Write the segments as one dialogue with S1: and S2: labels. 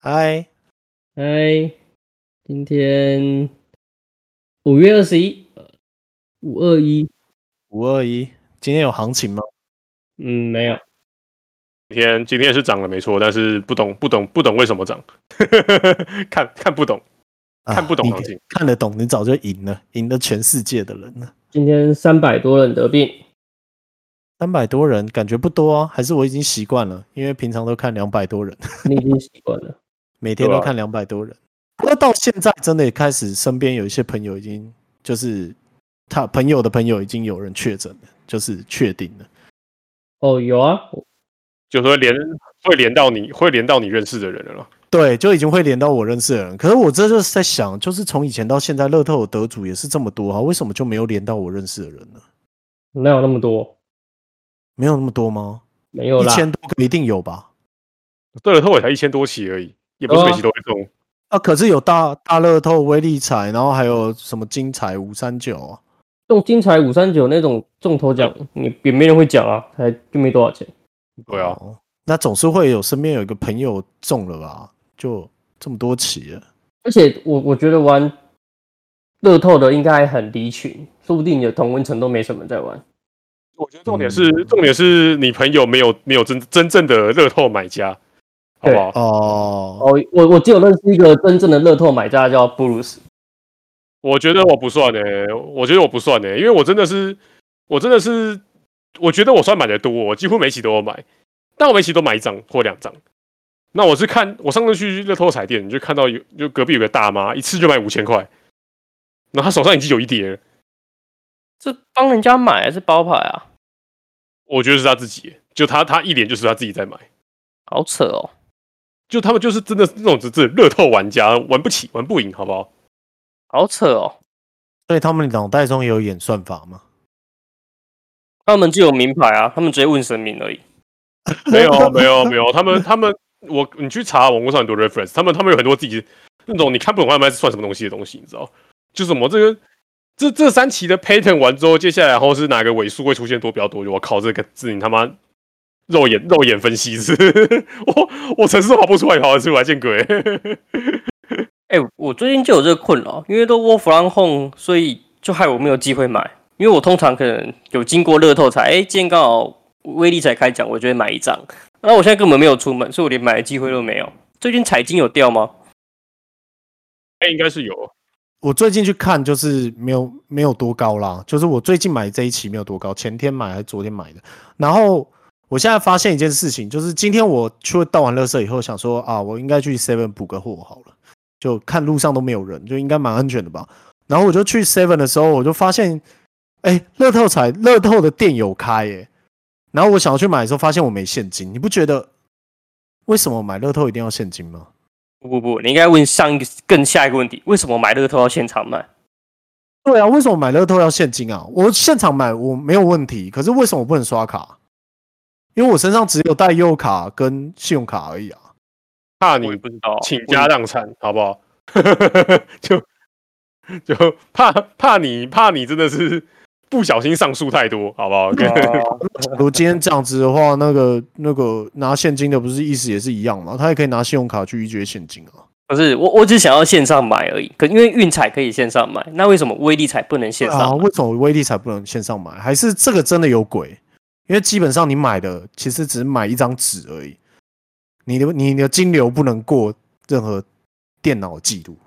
S1: 嗨，
S2: 嗨，今天五月二十一，五二一，
S1: 五二一，今天有行情吗？
S2: 嗯，没有，
S3: 今天今天是涨了没错，但是不懂不懂不懂为什么涨， 看看不懂。
S1: 啊
S3: 看不懂
S1: 你
S3: 行情
S1: 看得懂，你早就赢了，赢了全世界的人了。
S2: 今天三百多人得病，
S1: 三百多人感觉不多啊，还是我已经习惯了，因为平常都看两百多人。
S2: 你已经习惯了。
S1: 每天
S3: 对
S1: 都
S3: 啊
S1: 看两百多人。那到现在真的也开始，身边有一些朋友已经就是他朋友的朋友已经有人确诊了，就是确定了。
S2: 哦，有啊，我
S3: 就是会连会连到你会连到你认识的人了啦。
S1: 对，就已经会连到我认识的人。可是我这就是在想，就是从以前到现在，乐透的得主也是这么多啊，为什么就没有连到我认识的人呢？
S2: 哪有那么多？
S1: 没有那么多吗？
S2: 没有
S1: 一
S2: 啦，
S1: 千多个一定有吧？
S3: 对了，特尾才一千多起而已，也不是
S2: 对啊
S3: 每期都会中。
S1: 啊，可是有大大乐透、威力彩，然后还有什么金彩五三九啊？
S2: 中金彩五三九那种中头奖，你也没人会讲啊，才就没多少钱。
S3: 对啊，
S1: 哦，那总是会有身边有一个朋友中了吧？就这么多起了。
S2: 而且我我觉得玩乐透的应该很离群，说不定你的同温层都没什么人在玩。
S3: 我觉得重点是、重点是你朋友没有没有真真正的乐透买家，好不好？
S1: 哦，
S2: 哦，我我只有认识一个真正的乐透买家叫布鲁斯，
S3: 我觉得我不算呢、欸我觉得我不算呢、欸因为我真的是，我真的是，我觉得我算买的多，我几乎每期都有买，但我每期都买一张或两张。那我是看我上次去乐透彩店，你就看到有就隔壁有个大妈一次就买五千块，然后她手上已经有一叠了，
S4: 这帮人家买还是包牌啊？
S3: 我觉得是她自己、欸就她她一脸就是她自己在买，
S4: 好扯哦！
S3: 就他们就是真的是那种只是乐透玩家，玩不起玩不赢，好不好？
S4: 好扯哦！
S1: 所以他们脑袋中有演算法吗？
S4: 他们就有名牌啊，他们直接问神明而已。
S3: 没有没有没有，他们他们我你去查网络上很多 reference，他们他们有很多自己那种你看不懂他们是算什么东西的东西，你知道？就什么这个这这三期的 pattern 完之后，接下来然后是哪个尾数会出现多比较多？我靠，这个字你他妈肉眼肉眼分析是， 我我程式跑不出来，跑得出来见鬼！
S4: 哎、我最近就有这个困扰，因为都 work from home，所以就害我没有机会买。因为我通常可能有经过乐透彩，哎、今天刚好威力才开奖，我就会买一张。那我现在根本没有出门，所以我连买的机会都没有。最近彩金有掉吗？
S3: 哎、应该是有，
S1: 我最近去看就是没有没有多高啦，就是我最近买这一期没有多高，前天买还是昨天买的。然后我现在发现一件事情，就是今天我去倒完垃圾以后，想说啊，我应该去 Seven 补个货好了，就看路上都没有人，就应该蛮安全的吧。然后我就去 Seven 的时候，我就发现，哎，乐透彩乐透的店有开耶、然后我想要去买的时候，发现我没现金。你不觉得为什么买乐透一定要现金吗？
S4: 不不不，你应该问上一个更下一个问题，为什么买乐透要现场买？
S1: 对啊，为什么买乐透要现金啊？我现场买我没有问题，可是为什么我不能刷卡？因为我身上只有带悠游卡跟信用卡而已啊。
S3: 怕
S4: 我也
S3: 你
S4: 不知道，
S3: 倾
S4: 我
S3: 家
S4: 也
S3: 荡产，好不好？ 就就怕怕你怕你真的是不小心上诉太多，好不好？跟
S1: 如果今天这样子的话，那个那个拿现金的不是意思也是一样吗？他也可以拿信用卡去预决现金啊。
S4: 不是我，我只想要线上买而已。可因为运彩可以线上买，那为什么威力彩不能线
S1: 啊，
S4: 上买？
S1: 为什么威力才不能线上买？还是这个真的有鬼？因为基本上你买的其实只是买一张纸而已，你的你的金流不能过任何电脑记录。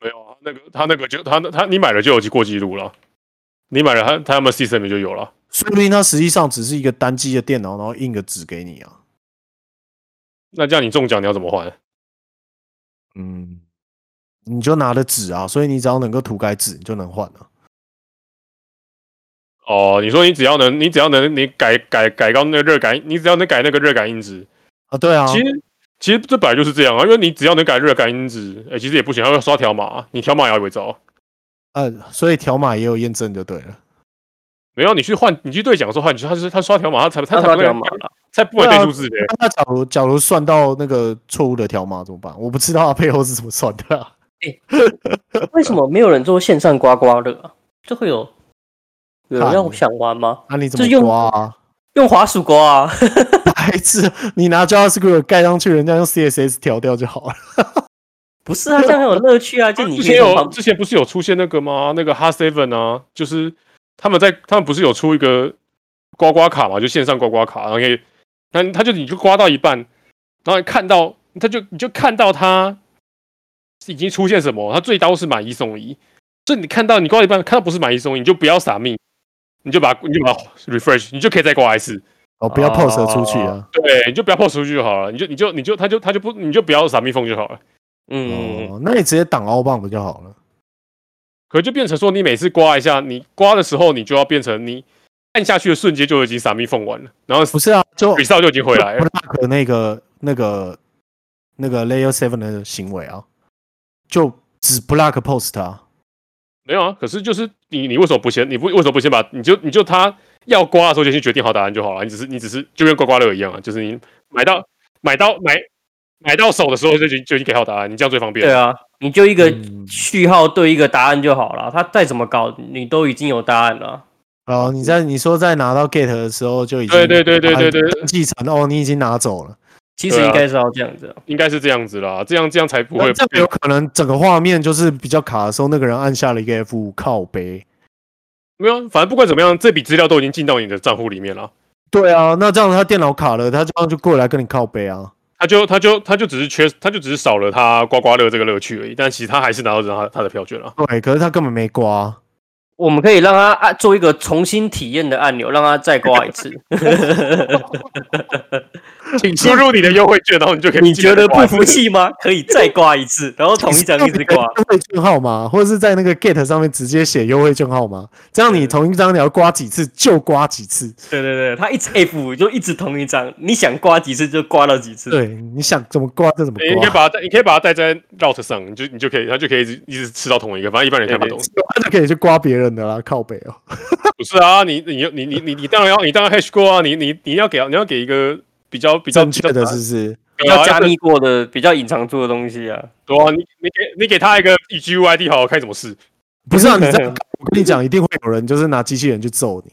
S3: 没有啊，那个他那个就他他你买了就有过记录了，你买了他他们 system 里就有了。
S1: 说不定它实际上只是一个单机的电脑，然后印个纸给你啊。
S3: 那这样你中奖你要怎么还？
S1: 嗯，啊你就拿了纸啊，所以你只要能够涂改纸，你就能换了、
S3: 哦，你说你只要能，你只要能，你改改改到那个热感，你只要能改那个热感因子，
S1: 啊，对啊，
S3: 其实其实这本来就是这样啊，因为你只要能改热感因子，哎、其实也不行，还要刷条码，你条码也要伪造。
S1: 呃，所以条码也有验证就对了。
S3: 没有，你去换，你去对讲的时候换，你去他就是他刷条码，他才他
S4: 他
S3: 才
S4: 刷
S3: 不
S4: 条
S3: 能
S4: 码啊了，
S3: 才不能对数字的、
S1: 那假如假如算到那个错误的条码怎么办？我不知道它背后是怎么算的、啊。
S4: 为什么没有人做线上刮刮乐啊？这会有有人
S1: 看
S4: 要啊想玩吗？
S1: 那、你怎
S4: 这用
S1: 么刮、啊？
S4: 用滑鼠刮啊？
S1: 白痴，你拿 JavaScript 盖上去，人家用 CSS 调掉就好了。
S4: 不是啊，这样很有乐趣啊！就你
S3: 之
S4: 可
S3: 前
S4: 以从
S3: 有
S4: 旁
S3: 之前不是有出现那个吗？那个 h a Seven 啊，就是他们在他们不是有出一个刮刮卡嘛，就线上刮刮卡，然后可以，那他就你就刮到一半，然后你看到他就你就看到他已经出现什么，他最高是买一送一，所以你看到你刮到一半看到不是买一送一，你就不要撒命，你就把它你就把它 refresh，你就可以再刮一次，
S1: 哦，不要 post 出去啊！
S3: 对，你就不要 post 出去就好了，你就你就你就他就他就不你就不要撒蜜蜂就好了。
S4: 嗯，
S1: 哦，那你直接挡凹棒不就好了？
S3: 可就变成说，你每次刮一下，你刮的时候，你就要变成你按下去的瞬间就已经傻蜜凤完了，然后
S1: 不是啊，就
S3: r e s u 就已经回来了。
S1: block 那个那个那个 Layer Seven 的行为啊，就只 block post 啊。
S3: 没有啊，可是就是你，你为什么不先？你不为什么不先把？你就你就他要刮的时候就先决定好答案就好了。你只是你只是就跟刮刮乐一样啊，就是你买到买到买买到手的时候就已经就已经给好答案，你这样最方便。
S4: 对，啊，你就一个
S1: 嗯
S4: 序号对一个答案就好了，他再怎么搞，你都已经有答案了。
S1: 哦，你在你说在拿到 get 的时候就已经
S3: 对对对对对对
S1: 把它继承哦，你已经拿走了，
S4: 其实
S3: 对啊
S4: 应该是要这样子啊，
S3: 应该是这样子啦，这样这样才不会
S1: 那这个有可能整个画面就是比较卡的时候，那个人按下了一个 F 五靠背。
S3: 没有啊。反正不管怎么样，这笔资料都已经进到你的账户里面了。
S1: 对啊，那这样他电脑卡了，他这样就过来跟你靠背啊。
S3: 他就他就他就只是缺，他就只是少了他刮刮乐这个乐趣而已。但其实他还是拿到这张他他的票券啊了、
S1: 对，可是他根本没刮。
S4: 我们可以让他按做一个重新体验的按钮，让他再刮一 次。
S3: 请输入你的优惠券，然后你就可以。
S4: 你觉得不服？气吗？可以再刮一次，然后同一张一直 刮。
S1: 优惠券号码，或者是在那个 get 上面直接写优惠券号码，这样你同一张你要刮几次就刮几次。
S4: 对对对，他一直 F 就一直同一张，你想刮几次就刮到几次。
S1: 对，你想怎么刮就怎么
S3: 你可以
S1: 刮，
S3: 把它带，你可以把它带在 route 上，你就你就可以，他就可以一直一直吃到同一个。反正一般人看不懂。
S1: 他就可以去刮别人的啦，靠背哦。
S3: 不是啊，你你你你你你当然要你当然 hash 过啊，你你你要给你要给一个比较比较
S1: 正确的是不是？
S4: 比较加密
S3: 啊
S4: 过的、比较隐藏住的东西啊。
S3: 对啊，你你给你给他一个 GUID 好好看怎么试。
S1: 不是啊，你这 样搞我跟你讲，一定会有人就是拿机器人去揍你。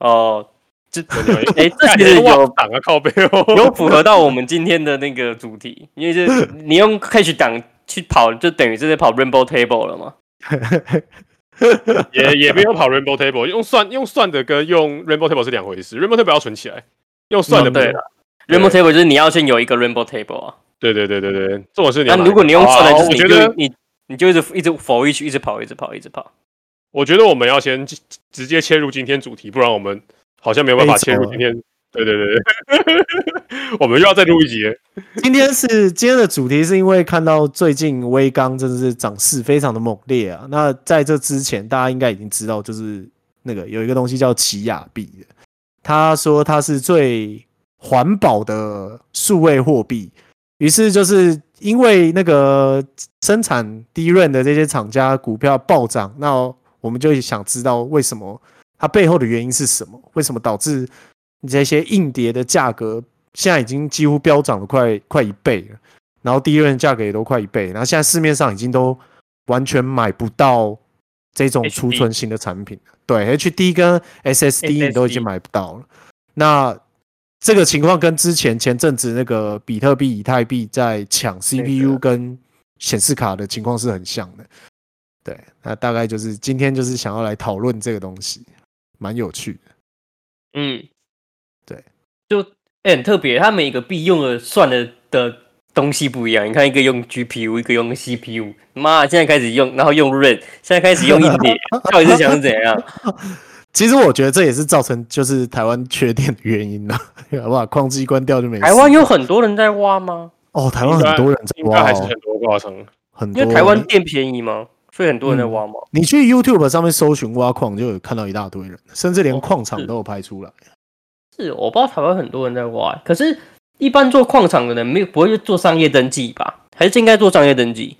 S4: 哦，这 哎、
S3: 哎
S4: 这其实有
S3: 挡啊靠背哦，
S4: 有符合到我们今天的那个主题，因 为这你用 cache 档去跑，就等于是在跑 rainbow table 了嘛。
S3: 也也没有跑 Rainbow Table，用算用算的跟用 Rainbow Table 是两回事，Rainbow Table 要存起来，用算的
S4: 嗯
S3: 不能
S4: 对了 rainbow table 就是你要先有一个 rainbow table 啊。
S3: 对对对对对，这种事你要
S4: 那
S3: 拿
S4: 如果你用
S3: 好
S4: 算的，
S3: 哦我
S4: 就是你
S3: 觉
S4: 就
S3: 得
S4: 你你就一直一直 for 一直一直跑，一直跑，一直跑。
S3: 我觉得我们要先直直接切入今天主题，不然我们好像没有办法
S1: 没错
S3: 切入今天。对对对对，我们又要再录一集了。
S1: 今天是今天的主题，是因为看到最近威刚真的是涨势非常的猛烈啊。那在这之前，大家应该已经知道，就是那个有一个东西叫奇亚币的，他说它是最环保的数位货币。于是就是因为那个生产低润的这些厂家股票暴涨，那我们就想知道为什么它背后的原因是什么？为什么导致你这些硬碟的价格现在已经几乎飙涨了快快一倍了，然后第一轮价格也都快一倍，然后现在市面上已经都完全买不到这种
S4: HD
S1: 储存型的产品了，对 HD 跟 SSD 你都已经
S4: SSD
S1: 买不到了。那这个情况跟之前前阵子那个比特币、以太币在抢 CPU 跟显示卡的情况是很像的。对，那大概就是今天就是想要来讨论这个东西，蛮有趣的。
S4: 嗯，
S1: 对，
S4: 就、欸、很特别，它每个币用的算的的东西不一样。你看，一个用 GPU，一个用 CPU，妈，现在开始用，然后用 RAM，现在开始用硬碟， 到底是想怎样？
S1: 其实我觉得这也是造成就是台湾缺电的原因啦、 好不好？矿机关掉就没事。
S4: 台湾有很多人在挖吗？
S1: 哦，台湾很多人在
S3: 应该
S1: 挖、
S3: 还是
S1: 哦
S3: 很，多挂商。
S1: 很多嗯
S4: 因为台湾电便宜吗？所以很多人在挖嘛。
S1: 你去 YouTube 上面搜寻挖矿，就有看到一大堆人，甚至连
S4: 哦
S1: 矿场
S4: 是
S1: 都有拍出来。
S4: 是我不知道台湾很多人在挖，欸可是一般做矿场的人没有不会去做商业登记吧？还是应该做商业登记？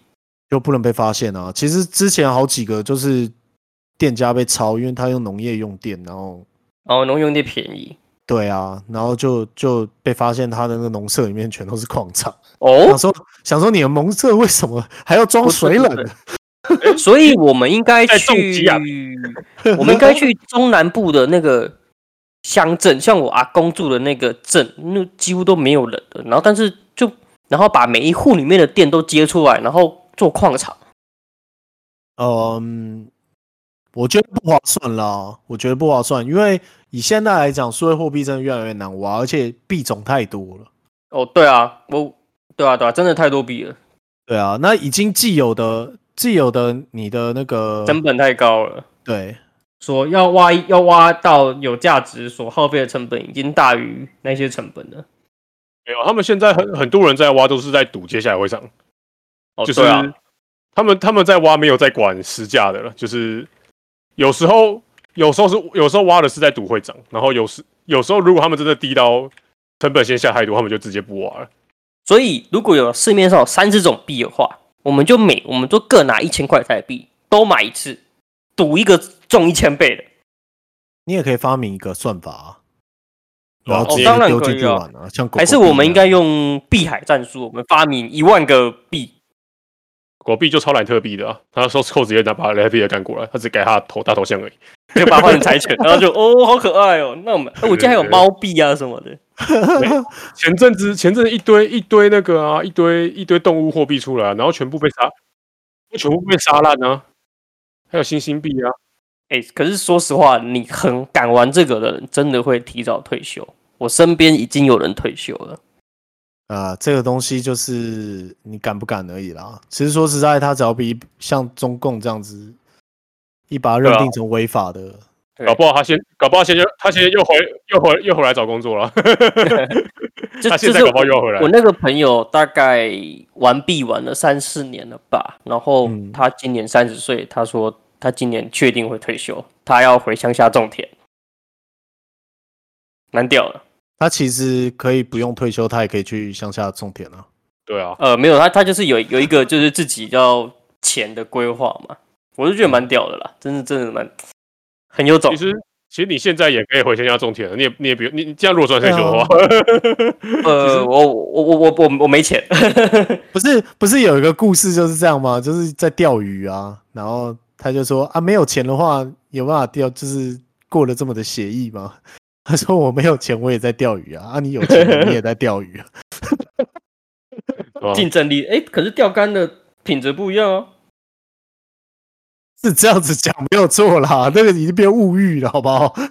S1: 就不能被发现啊。其实之前好几个就是店家被抄，因为他用农业用电，然后
S4: 然后哦农用地便宜
S1: 对啊，然后就就被发现他的那个农舍里面全都是矿场。想
S4: 哦，
S1: 说想说你的农舍为什么还要装水
S4: 不是
S1: 冷？
S4: 所以我们应该
S3: 在种植
S4: 去
S3: 啊，
S4: 我们应该去中南部的那个乡镇，像我阿公住的那个镇，那几乎都没有人的。然后但是就然后把每一户里面的店都接出来，然后做矿场。
S1: 嗯，我觉得不划算啦，我觉得不划算，因为以现在来讲，数位货币真的越来越难挖，而且币种太多了。
S4: 哦，对啊，我对啊对啊，真的太多币了，
S1: 对啊，那已经既有的既有的你的那个
S4: 成本太高了。
S1: 对
S4: 说要挖要挖到有价值，所耗费的成本已经大于那些成本了。
S3: 没有，他们现在很很多人在挖，都是在赌接下来会上，
S4: 哦，
S3: 就是
S4: 对啊，
S3: 他们他们在挖，没有在管实价的了，就是有时候有时候是有时候挖的是在赌会涨，然后有时有时候如果他们真的低到成本线下太多，他们就直接不挖了。
S4: 所以如果有市面上有三十种币的话，我们就每我们就各拿一千块台币，都买一次，赌一个中一千倍的。
S1: 你也可以发明一个算法、啊，
S3: 对啊
S1: 然后直接
S4: 哦当然
S1: 丢进
S4: 可以
S1: 去
S4: 啊
S1: 玩啊，像狗
S4: 还是
S1: 狗币
S4: 我们
S1: 一
S4: 应该
S1: 样
S4: 用碧海战术，我们发明一万个币，
S3: 狗币就超莱特币的啊，他那时候扣直接拿把莱特币的干过来，他只改他头大头像而已。
S4: 就把它换成柴犬，然后就哦，好可爱哦。那我们，哎我记得还有猫币啊什么的。
S3: 前阵子前阵子一堆一堆那个啊，一堆一堆动物货币出来啊，然后全部被杀，全部被杀烂啊。还有星星币啊，
S4: 哎、可是说实话，你很敢玩这个的人，真的会提早退休。我身边已经有人退休了。
S1: 啊、这个东西就是你敢不敢而已啦。其实说实在，它只要比像中共这样子，一把它
S3: 对
S1: 认
S3: 啊
S1: 定成违法的，
S4: 对
S3: 搞不好他先，搞不好先就他现在又回又回又回来找工作了。
S4: 就
S3: 他
S4: 就
S3: 现在
S4: 是
S3: 搞不好又要回来
S4: 我那个朋友大概玩币玩了三四年了吧，然后
S1: 嗯
S4: 他今年三十岁，他说他今年确定会退休，他要回乡下种田，难掉了。
S1: 它其实可以不用退休，它也可以去乡下种田啊。
S3: 对啊，
S4: 呃，没有，他他就是有有一个就是自己要钱的规划嘛，我就觉得蛮屌的啦，真的真的蛮很有种
S3: 其。实其实你现在也可以回乡下种田了，你也你也不用你你这样如果算退休的话，
S4: 哦 呃，我我我我我我没钱，
S1: 不是不是有一个故事就是这样吗？就是在钓鱼啊，然后他就说啊，没有钱的话有办法钓，就是过得这么的写意吗？ 他说我没有钱，我也在钓鱼啊，啊你有钱你也在钓鱼啊，
S3: 对吧
S4: 竞争力。哎、可是钓竿的品质不一样哦。
S1: 是这样子讲没有错啦，那个已经变物欲了，好不好？
S4: 啊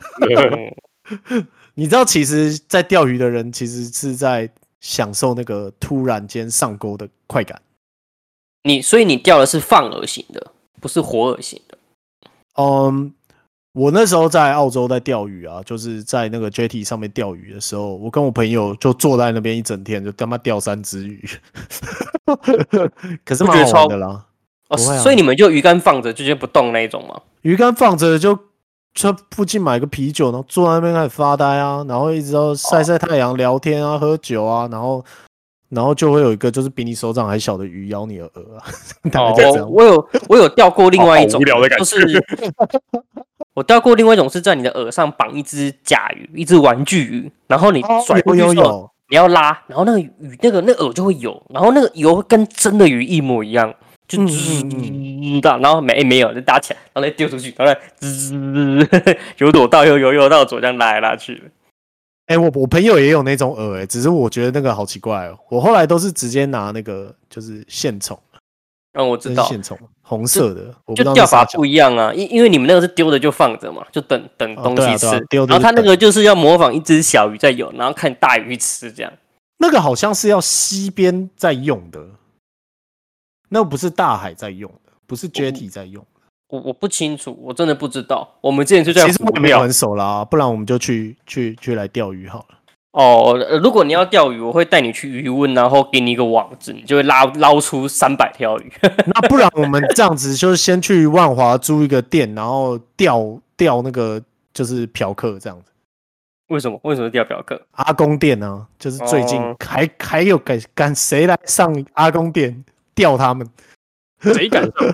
S1: 你知道，其实，在钓鱼的人其实是在享受那个突然间上钩的快感。
S4: 你所以你钓的是放饵型的，不是活饵型的。
S1: 嗯，我那时候在澳洲在钓鱼啊，就是在那个 jetty 上面钓鱼的时候，我跟我朋友就坐在那边一整天，就他妈钓三只鱼， 可是蛮好玩的啦。
S4: 哦，
S1: 不会啊
S4: 所以你们就鱼竿放着，就直接不动那一种吗？
S1: 鱼竿放着就就附近买个啤酒，然后坐在那边开始发呆啊，然后一直
S4: 哦
S1: 到晒晒太阳、聊天啊、喝酒啊，然后然后就会有一个就是比你手掌还小的鱼咬你的饵啊， 大概就这
S4: 哦
S1: 样。
S4: 我我有我有钓过另外一种，
S3: 好好无聊的感 觉
S4: 就是我钓过另外一种是在你的饵上绑一只甲鱼，一只玩具鱼，然后你
S1: 哦
S4: 甩过去
S1: 有
S4: 之
S1: 有
S4: 后，
S1: 有，
S4: 你要拉，然后那个鱼那个那饵就会游，然后那个游会跟真的鱼一模一样，就
S1: 嗯
S4: 滋
S1: 嗯
S4: 滋的，然后没没有就打起来，然后再丢出去，然后再滋游左到右，游游到左，这样拉来拉去的。
S1: 哎、我我朋友也有那种饵、哎，只是我觉得那个好奇怪哦。我后来都是直接拿那个就是线虫，
S4: 嗯，我
S1: 这
S4: 知
S1: 是
S4: 道，
S1: 线虫，红色的，我不知
S4: 就
S1: 道
S4: 钓
S1: 是啥
S4: 法
S1: 虫
S4: 不一样啊，因因为你们那个是丢着就放着嘛，就等等
S1: 哦
S4: 东
S1: 对啊
S4: 西吃
S1: 对啊，丢着
S4: 然后
S1: 就
S4: 他那
S1: 等
S4: 个就是要模仿一只小鱼在游，然后看大鱼吃这样。
S1: 那个好像是要西边在用的，那不是大海在用的，不
S4: 哦
S1: 是 jetty 在用的。
S4: 我我不清楚，我真的不知道。我们之前就在
S1: 其实
S4: 湖
S1: 我也没有
S4: 钓
S1: 很熟啦，不然我们就去去去来钓鱼好了。
S4: 哦，呃如果你要钓鱼，我会带你去渔温，然后给你一个网子，你就会拉捞出三百条鱼。
S1: 那不然我们这样子，就是先去万华租一个店，然后钓钓那个就是嫖客这样子。
S4: 为什么？为什么钓嫖客？
S1: 阿公店呢、就是最近
S4: 哦
S1: 还、还有敢敢谁来上阿公店钓他们？
S3: 谁敢上？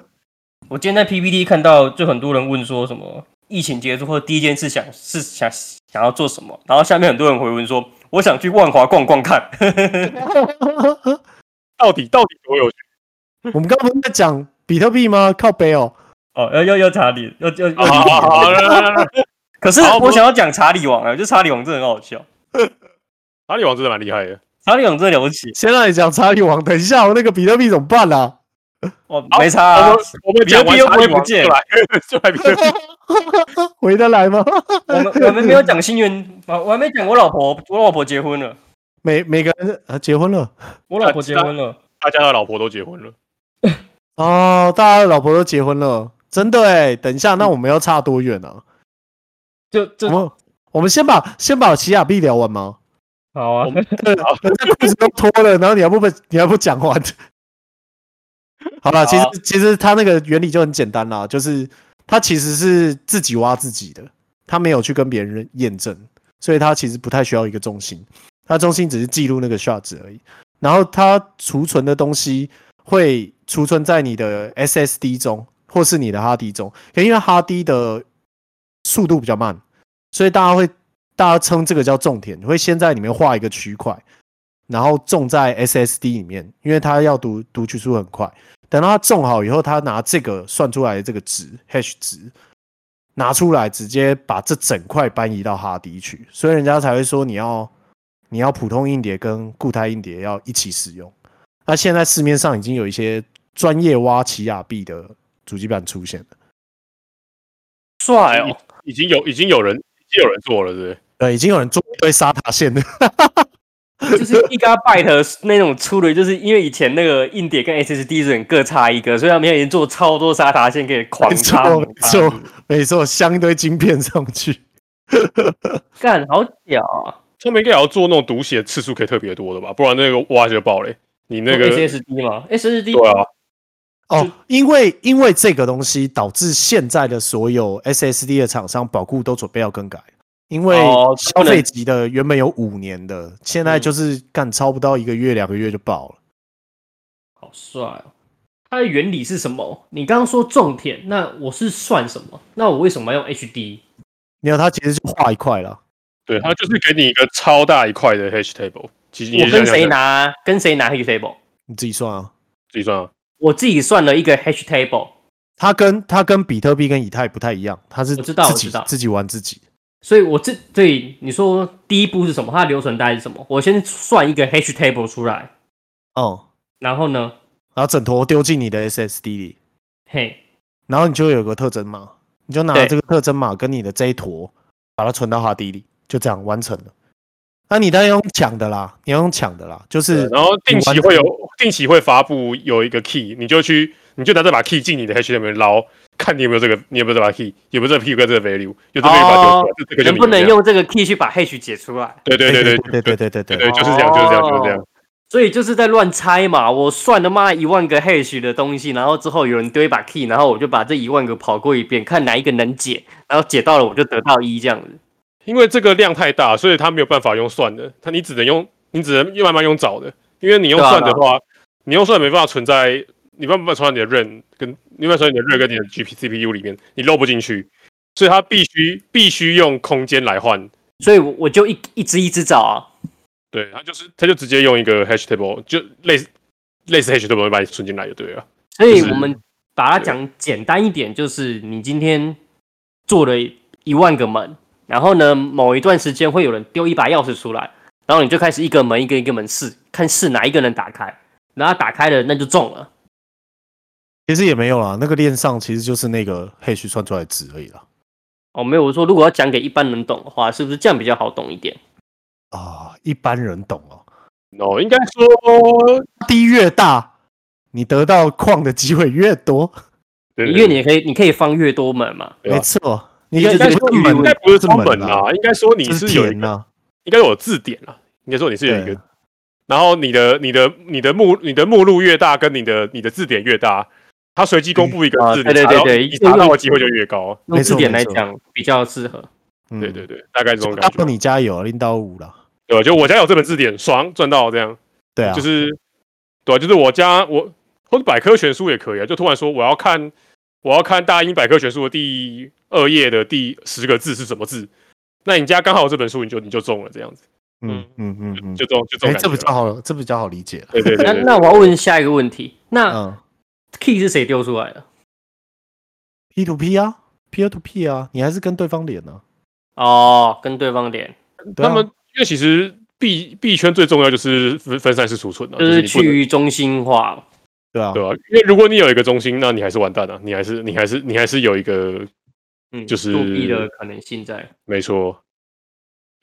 S4: 我今天在 PPT 看到，就很多人问说什么疫情结束后第一件事想是想想要做什么，然后下面很多人回文说我想去万华逛逛看。
S3: 到底到底多 有趣？
S1: 我们刚刚不是在讲比特币吗？靠北哦，
S4: 哦，要要要查理，要要
S3: 好
S4: 要
S3: 好
S4: 理解。
S3: 好好，来来来 来，
S4: 可是
S3: 好
S4: 我
S3: 不
S4: 想要讲查理王啊，我觉得查理王真的很好笑，
S3: 查理王真的蛮厉害的。
S4: 查理王真的了不起
S1: 先让你讲查理王，等一下我那个比特币怎么办啊啦、
S4: 哦，
S3: 好
S4: 没差、啊
S3: 我们。我们讲完
S4: 比特币又
S3: 查
S4: 不会
S3: 理
S4: 不
S3: 王就
S4: 见
S3: 来就来比特币，
S1: 回得来吗？
S4: 我们我们没有讲新源，我我还没讲我老婆，我老婆结婚了，
S1: 每每个人啊结婚了
S4: 我老婆结婚了。
S3: 大家的老婆都结婚了。
S1: 哦，大家的老婆都结婚了，真的哎。等一下，那我们要差多远啊？
S2: 就
S1: 我
S2: 就
S1: 们我们先把先把奇亚币聊完吗？
S2: 好啊
S3: 我。们
S1: 人家裤子都脱了，然后你还不被你还不讲完？ 好了，其实
S4: 好
S1: 其实它那个原理就很简单啦，就是它其实是自己挖自己的，它没有去跟别人验证，所以它其实不太需要一个中心，它中心只是记录那个 shot 值而已。然后它储存的东西会储存在你的 SSD 中，或是你的哈迪中，可因为哈迪的速度比较慢，所以大家会大家称这个叫种田，会先在里面画一个区块，然后种在 SSD 里面，因为它要读读取速很快。等到它种好以后，它拿这个算出来的这个值 hash 值拿出来，直接把这整块搬移到哈迪去，所以人家才会说你要你要普通硬碟跟固态硬碟要一起使用。那现在市面上已经有一些专业挖奇亚币的主机板出现了，
S4: 帅哦！
S3: 已经有已经有人已经有人做了，对不对？
S1: 对，已经有人做一堆沙塔线的，
S4: 就是一 g byte 的那种出的，就是因为以前那个硬碟跟 SSD 是各插一个，所以他们现在已经做超多沙塔线可以狂
S1: 没
S4: 插
S1: 错
S4: 猛
S1: 没
S4: 插。
S1: 错没错，镶一堆晶片上去。
S4: 干好屌啊！
S3: 他们应该也要做那种读写次数可以特别多的吧，不然那个挖就爆嘞。你
S4: 哦
S3: 那个
S4: SSD 嘛，SSD
S3: 对啊，
S1: 哦
S4: 就，
S1: 因为因为这个东西导致现在的所有 SSD 的厂商保固都准备要更改，因为
S4: 哦
S1: 消
S4: 不能
S1: 费级的原本有五年的，现
S2: 嗯
S1: 在就是干超不到一个月两个月就爆了。
S2: 好帅哦！它的原理是什么？你刚刚说种田，那我是算什么？那我为什么要用 HD？
S1: 你看它其实就画一块了，
S3: 对，他就是给你一个超大一块的 hash table，其实你
S4: 哦我
S3: 想
S4: 跟
S3: 想
S4: 谁
S3: 看
S4: 拿跟谁拿 hash table？
S1: 你自己算啊。
S3: 自己算啊。
S4: 我自己算了一个 hash table，
S1: 它跟它跟比特币跟以太不太一样，它是
S2: 我知道
S1: 自
S2: 我
S1: 己
S2: 知道
S1: 自己玩自己。
S2: 所以我这对你说第一步是什么？它的流程大概是什么？我先算一个 hash table 出来，
S1: 哦、
S2: 然后呢，
S1: 然后整坨丢进你的 SSD 里，
S2: 嘿，
S1: 然后你就有个特征码，你就拿
S4: 对
S1: 这个特征码跟你的这一坨，把它存到哈迪里，就这样完成了。那你当然要用抢的啦，你要用抢的啦，就是
S3: 然后定
S1: 你
S3: 期
S1: 完
S3: 会有定期会发布有一个 key，你就去你就拿这把 key 进你的 hash 里面捞，看你有没有这个你有没有这把 key，有没有这个 key 跟这个 value，有这个 value 把它丢出来，这个就
S4: 能
S3: 你
S4: 不能
S3: 的
S4: 用这个 key 去把 hash 解出来？
S3: 对对对
S1: 对对
S3: 对
S1: 对对对对
S3: 对，就是这样，就是这样，就是这样。
S4: 所以就是在乱猜嘛，我算了妈一万个 hash 的东西，然后之后有人丢一把 key，然后我就把这一万个跑过一遍，看哪一个能解，然后解到了我就得到一这样子。
S3: 因为这个量太大，所以它没有办法用算的，它你只能用，你只能慢慢用找的，因为你用
S4: 对啊
S3: 算的话，你用算没办法存在，你没办法存在你的 RAM 跟你没办法存在你的 RAM 跟你的 G P C P U 里面，你漏不进去，所以它必须必须用空间来换，
S4: 所以我我就一一直一直找啊，
S3: 对，它就是它就直接用一个 hash table，就类似类似 hash table 把你存进来就对了，
S4: 所以
S3: 就是
S4: 我们把它讲简单一点，就是你今天做了一万个门，然后呢，某一段时间会有人丢一把钥匙出来，然后你就开始一个门一个一个门试，看试哪一个能打开，然后打开了那就中了。
S1: 其实也没有啦，那个链上其实就是那个 hash 算出来的值而已啦。
S4: 哦，没有，我说如果要讲给一般人懂的话，是不是这样比较好懂一点？
S1: 啊，一般人懂哦。
S3: 哦，应该说，
S1: 低越大，你得到矿的机会越多。
S3: 对
S4: 因为你可以，你可以放越多门嘛。
S3: 对啊
S1: 没错，你
S4: 就
S1: 看
S3: 应该
S1: 你
S3: 说
S1: 不
S3: 你
S1: 是
S3: 应该
S1: 门，
S3: 不是中
S1: 门
S3: 本
S1: 啦，
S3: 啦，应该说你
S1: 这
S3: 啊是
S1: 是
S3: 有一
S1: 田
S3: 个
S1: 呐。
S3: 应该有字典啦，应该说你是有一
S1: 对
S3: 个，然后你的你的你的目你的目录越大，跟你的你的字典越大，它随机公布一个
S2: 啊
S3: 字
S2: 对
S3: 典，
S2: 对对
S3: 查到
S2: 对
S3: 你查到的机会就越高。
S2: 用
S1: 没错
S2: 字典来
S1: 没错
S2: 讲比较适合。
S1: 嗯
S3: 对对，对，大概这种
S1: 大
S3: 感
S1: 部
S3: 觉
S1: 分。你家有零到五了，
S3: 对吧？就我家有这本字典，爽赚到这样，
S1: 对啊，
S3: 就是对啊，就是我家我或者百科全书也可以啊，就突然说我要看我要看大英百科全书的第二页的第十个字是什么字，那你家刚好有这本书，你就你就中了这样子，
S1: 嗯嗯嗯嗯，
S3: 就中就中
S1: 哎，
S3: 感
S1: 这
S3: 觉啊了。
S1: 比较好，这比较好理解了。
S3: 对 对对
S2: 那
S3: 对
S2: 那我要问下一个问题，那
S1: 嗯
S2: key 是谁丢出来的？
S1: ，P to P 啊，P to P 啊，你还是跟对方连呢。
S2: 哦，跟对方连，
S1: 对啊
S3: 那么因为其实币币圈最重要就是分分散式储存啊，
S2: 就
S3: 就是你不
S2: 去
S3: 能
S2: 于中心化。
S1: 对啊，
S3: 对吧、因为如果你有一个中心，那你还是完蛋了、啊你还是你还是你还是有一个
S2: 嗯，
S3: 就是
S2: 作弊的可能性在。
S3: 没错。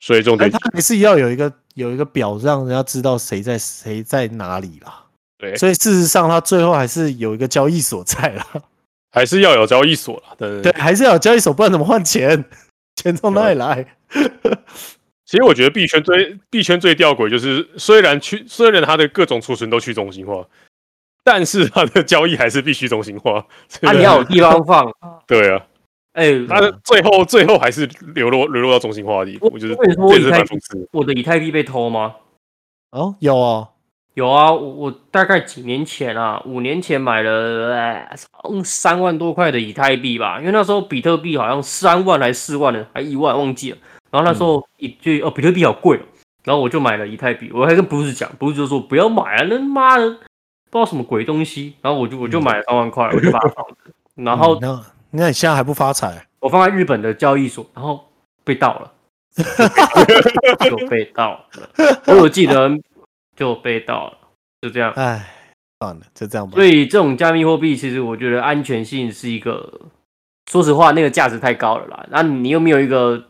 S3: 所以重
S1: 但
S3: 点
S1: 哎他还是要有一个有一个表，让人家知道谁在谁在哪里啦。
S3: 对
S1: 所以事实上，他最后还是有一个交易所在啦。
S3: 还是要有交易所了。对
S1: 对，，还是要有交易所，不然怎么换钱？钱从哪里来？
S3: 其实我觉得币圈最币圈最吊诡就是，虽然去虽然它的各种储存都去中心化，但是它的交易还是必须中心化。
S2: 啊，你要有地方 放。
S3: 对啊，
S2: 哎、
S3: 它的最后最后还是流落流落到中心化的地步，
S2: 我
S3: 我觉得
S2: 我跟你说
S3: 这也是
S2: 以太
S3: 蛮讽刺的。
S2: 我的以太币被偷吗？
S1: 哦，有哦，
S2: 有啊，我我大概几年前啊，五年前买了哎嗯三万多块的以太币吧，因为那时候比特币好像三万还四万的，还一万忘记了。然后那时候一就、哦，比特币好贵哦，然后我就买了以太币，我还跟 Bruce 讲，Bruce 就说不要买啊，那妈的不知道什么鬼东西。然后我就我就买了三万块，我就把它放着，然后
S1: 嗯那那你现在还不发财？
S2: 我放在日本的交易所，然后被盗了，就被盗了，我有记得就被盗了，就这样。
S1: 哎，算了，就这样吧。
S2: 所以这种加密货币，其实我觉得安全性是一个，说实话，那个价值太高了啦。那你又没有一个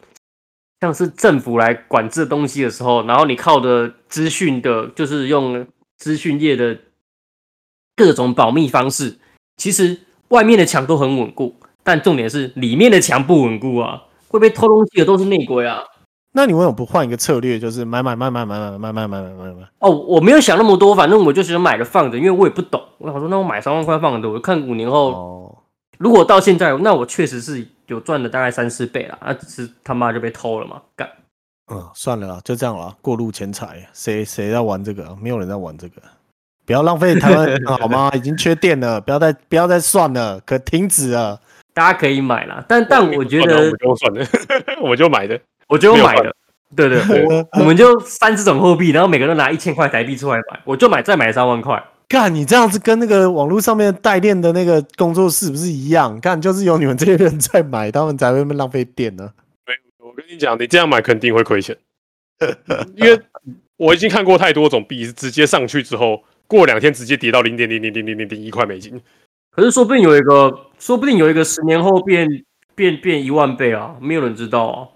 S2: 像是政府来管制东西的时候，然后你靠的资讯的，就是用资讯业的各种保密方式，其实外面的墙都很稳固，但重点是里面的墙不稳固啊，会被偷东西的都是内鬼啊。
S1: 那你为什么不换一个策略，就是买买买买买买买买买买买买？
S2: 哦，我没有想那么多，反正我就是买了放着，因为我也不懂。我想说，那我买三万块放着，我看五年后
S1: 哦，
S2: 如果到现在，那我确实是有赚了大概三四倍啦，那只是他妈就被偷了嘛，干。
S1: 嗯，算了啦，就这样啦，过路钱财，谁谁在玩这个？没有人在玩这个，不要浪费台湾人好吗？已经缺电了，不要再不要再算了，可停止了。
S2: 大家可以买啦，但但我觉
S3: 算了
S2: 得
S3: 我，就算了，我就买的。
S2: 我觉得我买
S3: 没
S2: 了，对对， 我我们就三十种货币，然后每个人都拿一千块台币出来买，我就买再买三万块，
S1: 干，你这样子跟那个网络上面代练的那个工作室不是一样？干，就是有你们这些人在买，他们才会浪费电呢、
S3: 我跟你讲，你这样买肯定会 亏钱，因为我已经看过太多种币是直接上去之后，过两天直接跌到零点零零零零零零一块美金。
S2: 可是说不定有一个，说不定有一个十年后变变变一万倍啊，没有人知道啊。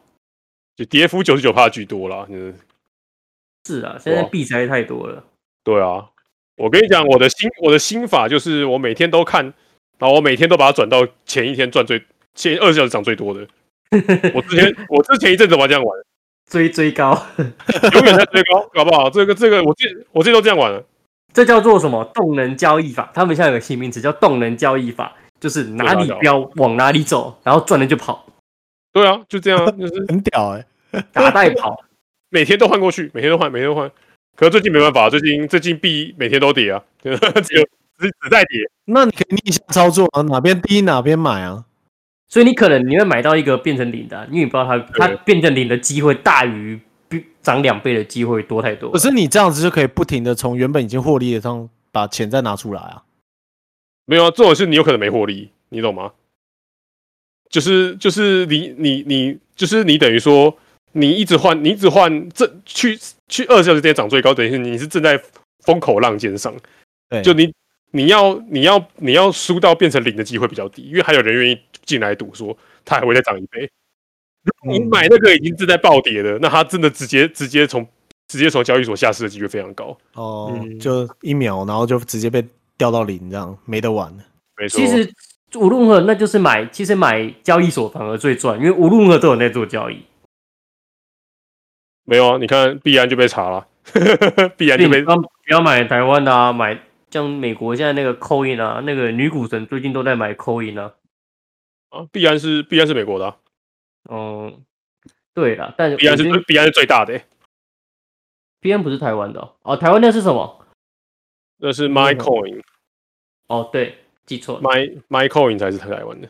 S3: 就跌幅九十九帕居多啦。嗯，
S2: 是啊，现在
S3: 哇
S2: 币宅太多了，
S3: 对啊，我跟你讲，我的心我的心法就是我每天都看，然后我每天都把它转到前一天赚最前二十小时涨最多的。我之前我之前一阵子玩这样玩，
S2: 追追高，
S3: 永远在追高，搞不好这个这个我这我这都这样玩了。
S2: 这叫做什么动能交易法？他们现在有个新名词叫动能交易法，就是哪
S3: 啊
S2: 里飙往哪里走，然后赚了就 跑，
S3: 对啊，就这样啊，就是
S1: 很屌哎、
S2: 打带跑。
S3: 每天都换过去，每天都换，每天都换。可是最近没办法，最近最近币每天都跌啊， 只有只只在跌。
S1: 那你可以逆向操作啊，哪边低哪边买啊？
S2: 所以你可能你会买到一个变成零的啊、因为你不知道它它
S3: 对
S2: 变成零的机会大于比涨两倍的机会多太多了。
S1: 可是你这样子就可以不停的从原本已经获利的上把钱再拿出来啊。
S3: 没有啊，这种事你有可能没获利，你懂吗？就是就是你你你就是你等于说你一直换，你一直换这去去二十小时之间涨最高，等于是你是正在风口浪尖上，
S1: 对，
S3: 就你你要你要你要输到变成零的机会比较低，因为还有人愿意进来赌说它还会再涨一倍。如果你
S1: 嗯
S3: 买那个已经正在暴跌的，那它真的直接直接从直接从交易所下市的机会非常高。
S1: 哦，
S2: 嗯
S1: 就一秒，然后就直接被掉到零，这样没得玩。
S3: 没错，
S2: 其实无论如何，那就是买，其实买交易所反而最赚，因为无论如何都有在做交易。
S3: 没有啊，你看币安就被查了， 币安
S2: 你
S3: 就
S2: 不
S3: 被
S2: 要不要买台湾的啊，买像美国现在那个 Coin 啊，那个女股神最近都在买 Coin 啊。
S3: 啊，币安是币安是美国的、啊，
S2: 嗯，对了，但
S3: 币安是
S2: 我觉
S3: 最
S2: 得
S3: 币安是最大的、欸，
S2: 币安不是台湾的哦哦，台湾那是什么？
S3: 那是 MyCoin。
S2: 哦，对，记错了。
S3: My My Coin 才是台湾的。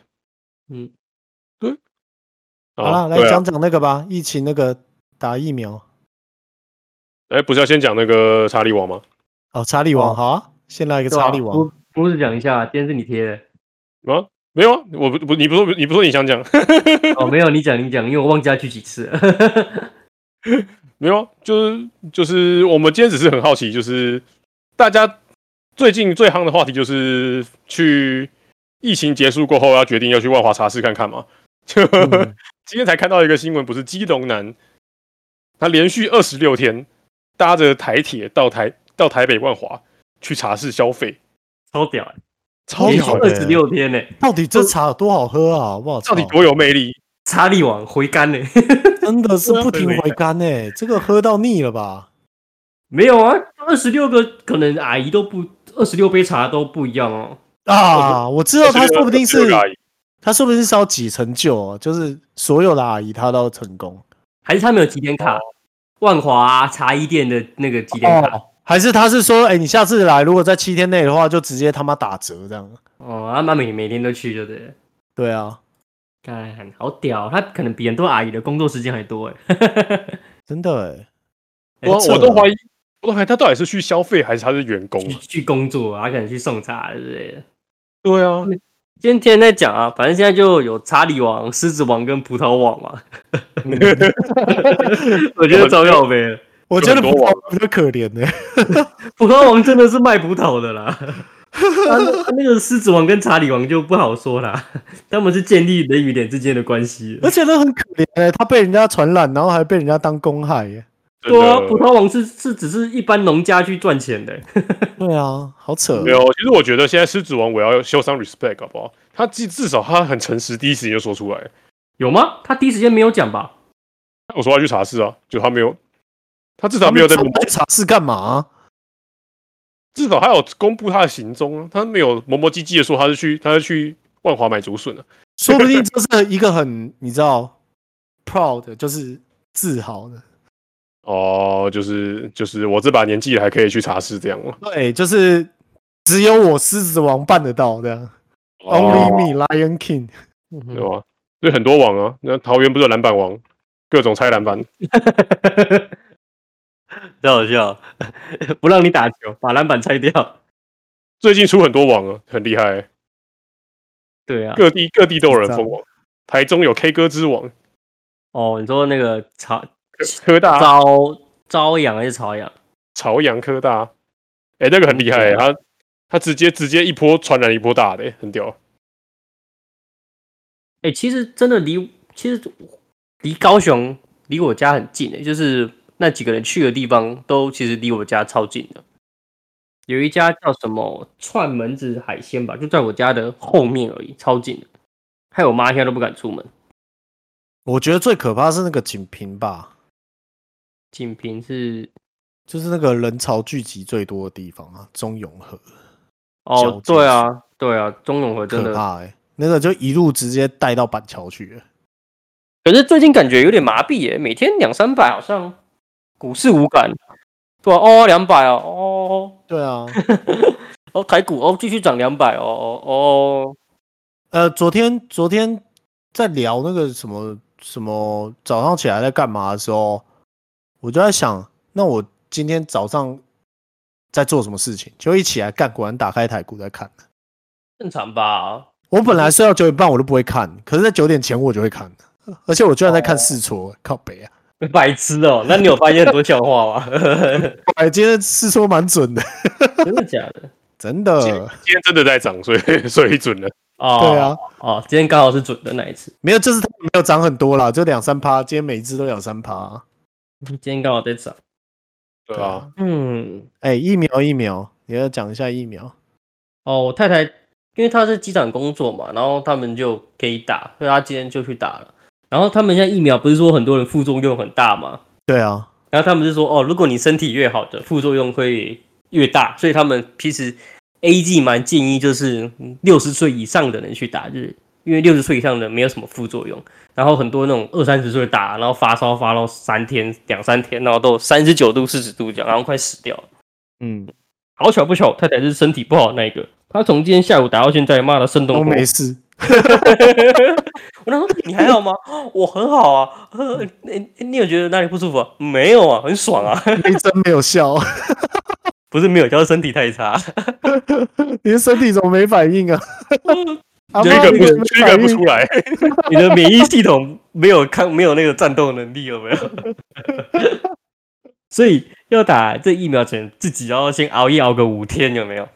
S2: 嗯，
S3: 对。
S1: 好了，来
S3: 对啊
S1: 讲讲那个吧，疫情那个打疫苗
S3: 哎、不是要先讲那个查理王吗？
S1: 哦，查理王
S2: 哦
S1: 好啊，先来一个
S2: 对啊
S1: 查理王，
S2: 不不是讲一下，今天是你贴的。
S3: 啊，没有啊，我不不，你不说你不说你想讲，
S2: 哦，没有，你讲你讲，因为我忘记要去几次了。
S3: 没有啊，就是就是我们今天只是很好奇，就是大家最近最夯的话题就是去疫情结束过后要决定要去万华茶室看看嘛。就、
S1: 嗯
S3: 今天才看到一个新闻，不是基隆男，他连续二十六天搭着台铁到台到台北万华去茶室消费，
S2: 超屌、欸，
S1: 超
S3: 你
S1: 屌
S3: 好
S1: 的
S2: 二十六天呢、
S1: 到底这茶有多好喝啊？哇，
S3: 到底
S1: 操
S3: 多有魅力？
S2: 查理王回甘呢、
S1: 真的是
S3: 对啊
S1: 不停回甘哎、这个喝到腻了吧？
S2: 没有啊，二十六个可能阿姨都不，二十六杯茶都不一样哦。
S1: 啊，我知道他说不定是
S3: 这个阿姨
S1: 他说不定是要几成就哦，就是所有的阿姨她都成功
S2: 还是他们有几点卡？万华、茶艺店的那个几点卡？
S1: 哦，还是他是说，哎、你下次来如果在七天内的话，就直接他妈打折这样？
S2: 哦，他妈每每天都去，就对了。
S1: 对啊，
S2: 干，好屌！哦他可能比很多阿姨的工作时间还多哎。
S1: 真的哎、
S3: 我
S1: 这
S3: 我都怀疑，我都怀疑他到底是去消费还是他是员工
S2: 去
S3: 啊？
S2: 去工作啊，他可能去送茶之类的。
S3: 对啊，
S2: 今天在讲啊，反正现在就有查理王、狮子王跟葡萄王嘛。 我觉得糟糕呗了，
S1: 我觉得
S3: 有
S1: 葡
S3: 很多嗯
S1: 萄比较可怜欸呢、
S2: 葡萄王真的是卖葡萄的啦。他那那个狮子王跟查理王就不好说啦，他们是建立人与人之间的关系。
S1: 而且都很可怜哎、他被人家传染，然后还被人家当公害欸耶、
S2: 对啊，
S3: 真的
S2: 葡萄王是是只是一般农家去赚钱的。
S1: 对啊，好扯
S3: 没。有。其实我觉得现在狮子王我要修上 respect 好不好？他至至少他很诚实，第一时间就说出来。
S2: 有吗？他第一时间没有讲吧？
S3: 我说他去查事啊，就他没有，他至少没有在
S1: 他，们去查是干嘛、
S3: 至少他有公布他的行踪啊，他没有磨磨唧唧的说他是去他是去万华买竹笋啊。
S1: 说不定这是一个很 你知道 proud 就是自豪的，
S3: 哦，就是就是我这把年纪了还可以去查事这样啊吗？
S1: 对，就是只有我狮子王办得到这样、o n
S3: 哦
S1: l y me Lion King。
S3: 对吧？所以很多网啊，那桃园不是有篮板王，各种拆篮板，
S2: 太好笑， 不让你打球，把篮板拆掉。
S3: 最近出很多网啊，很厉害欸、
S2: 对啊，
S3: 各地各地都有人
S1: 是啊
S3: 封网，台中有 K 歌之王，
S2: 哦，你说那个朝
S3: 科科大、
S2: 朝朝阳还是朝阳？
S3: 朝阳科大，哎、那个很厉害、欸，
S2: 嗯
S3: 他他直接直接一波传染一波大的、欸，很屌。
S2: 哎、其实真的离，其实离高雄离我家很近诶、欸就是那几个人去的地方都其实离我家超近的。有一家叫什么串门子海鲜吧，就在我家的后面而已，超近的。害我妈现在都不敢出门。
S1: 我觉得最可怕是那个锦屏吧，
S2: 锦屏是
S1: 就是那个人潮聚集最多的地方啊，中永和，小
S2: 哦
S1: 镇，
S2: 对啊，对啊，中永和真
S1: 可
S2: 的
S1: 怕哎、那个就一路直接带到板桥去了。
S4: 可是最近感觉有点麻痹
S2: 欸
S4: 耶，每天两三百好像股市无感，对
S2: 啊
S4: 吧、哦，两百哦，哦
S1: 对啊，
S4: 哦，台股哦继续涨两百哦哦哦，
S1: 呃，昨天昨天在聊那个什么什么早上起来在干嘛的时候，我就在想，那我今天早上在做什么事情？就一起来干，果然打开台股在看。
S4: 正常吧？
S1: 我本来睡到九点半我都不会看，可是在九点前我就会看，而且我居然在看试错、靠北啊！
S4: 白痴哦，那你有发现很多笑话吗？
S1: 哎，今天试错蛮准的，
S2: 真的假 的？
S1: 真
S3: 今
S1: 的。
S3: 今天真的在涨，所以 所以准了。
S2: 哦，
S1: 对啊，，
S2: 哦，今天刚好是准的那一次，
S1: 没有，就是它没有涨很多啦，就两三趴，今天每一只都两三趴。
S2: 今天刚好在涨。
S3: 对啊，，
S2: 嗯，
S1: 哎、疫苗疫苗，你要讲一下疫苗。
S4: 哦，我太太因为她是机场工作嘛，然后他们就可以打，所以她今天就去打了。然后他们现在疫苗不是说很多人副作用很大嘛，
S1: 对啊，
S2: 然后他们就说，哦，如果你身体越好的，副作用会越大，所以他们其实 A G 蛮建议就是六十岁以上的人去打，就是因为六十岁以上的没有什么副作用。然后很多那种二三十岁打，然后发烧发到三天两三天，然后都三十九度四十度这样，然后快死掉了。
S1: 嗯，
S2: 好巧不巧，太太是身体不好的那一个，她从今天下午打到现在，妈的生动
S1: 都
S2: 活
S1: 没事。
S2: 我那时候你还好吗？我很好啊。呃，你你有觉得哪里不舒服、啊？没有啊，很爽啊。
S1: 没针没有效，
S2: 不是没有，就是身体太差。
S1: 你的身体怎么没反应啊？阿
S3: 缺一
S1: 妈
S3: 个
S1: 你
S3: 不
S1: 怎么没
S3: 缺一
S1: 反
S3: 个不
S1: 应
S3: 出来，
S2: 你的免疫系统没有抗，没有那个战斗能力，有没有？ 所以要打这疫苗前，自己要先熬夜熬个五天，有没有？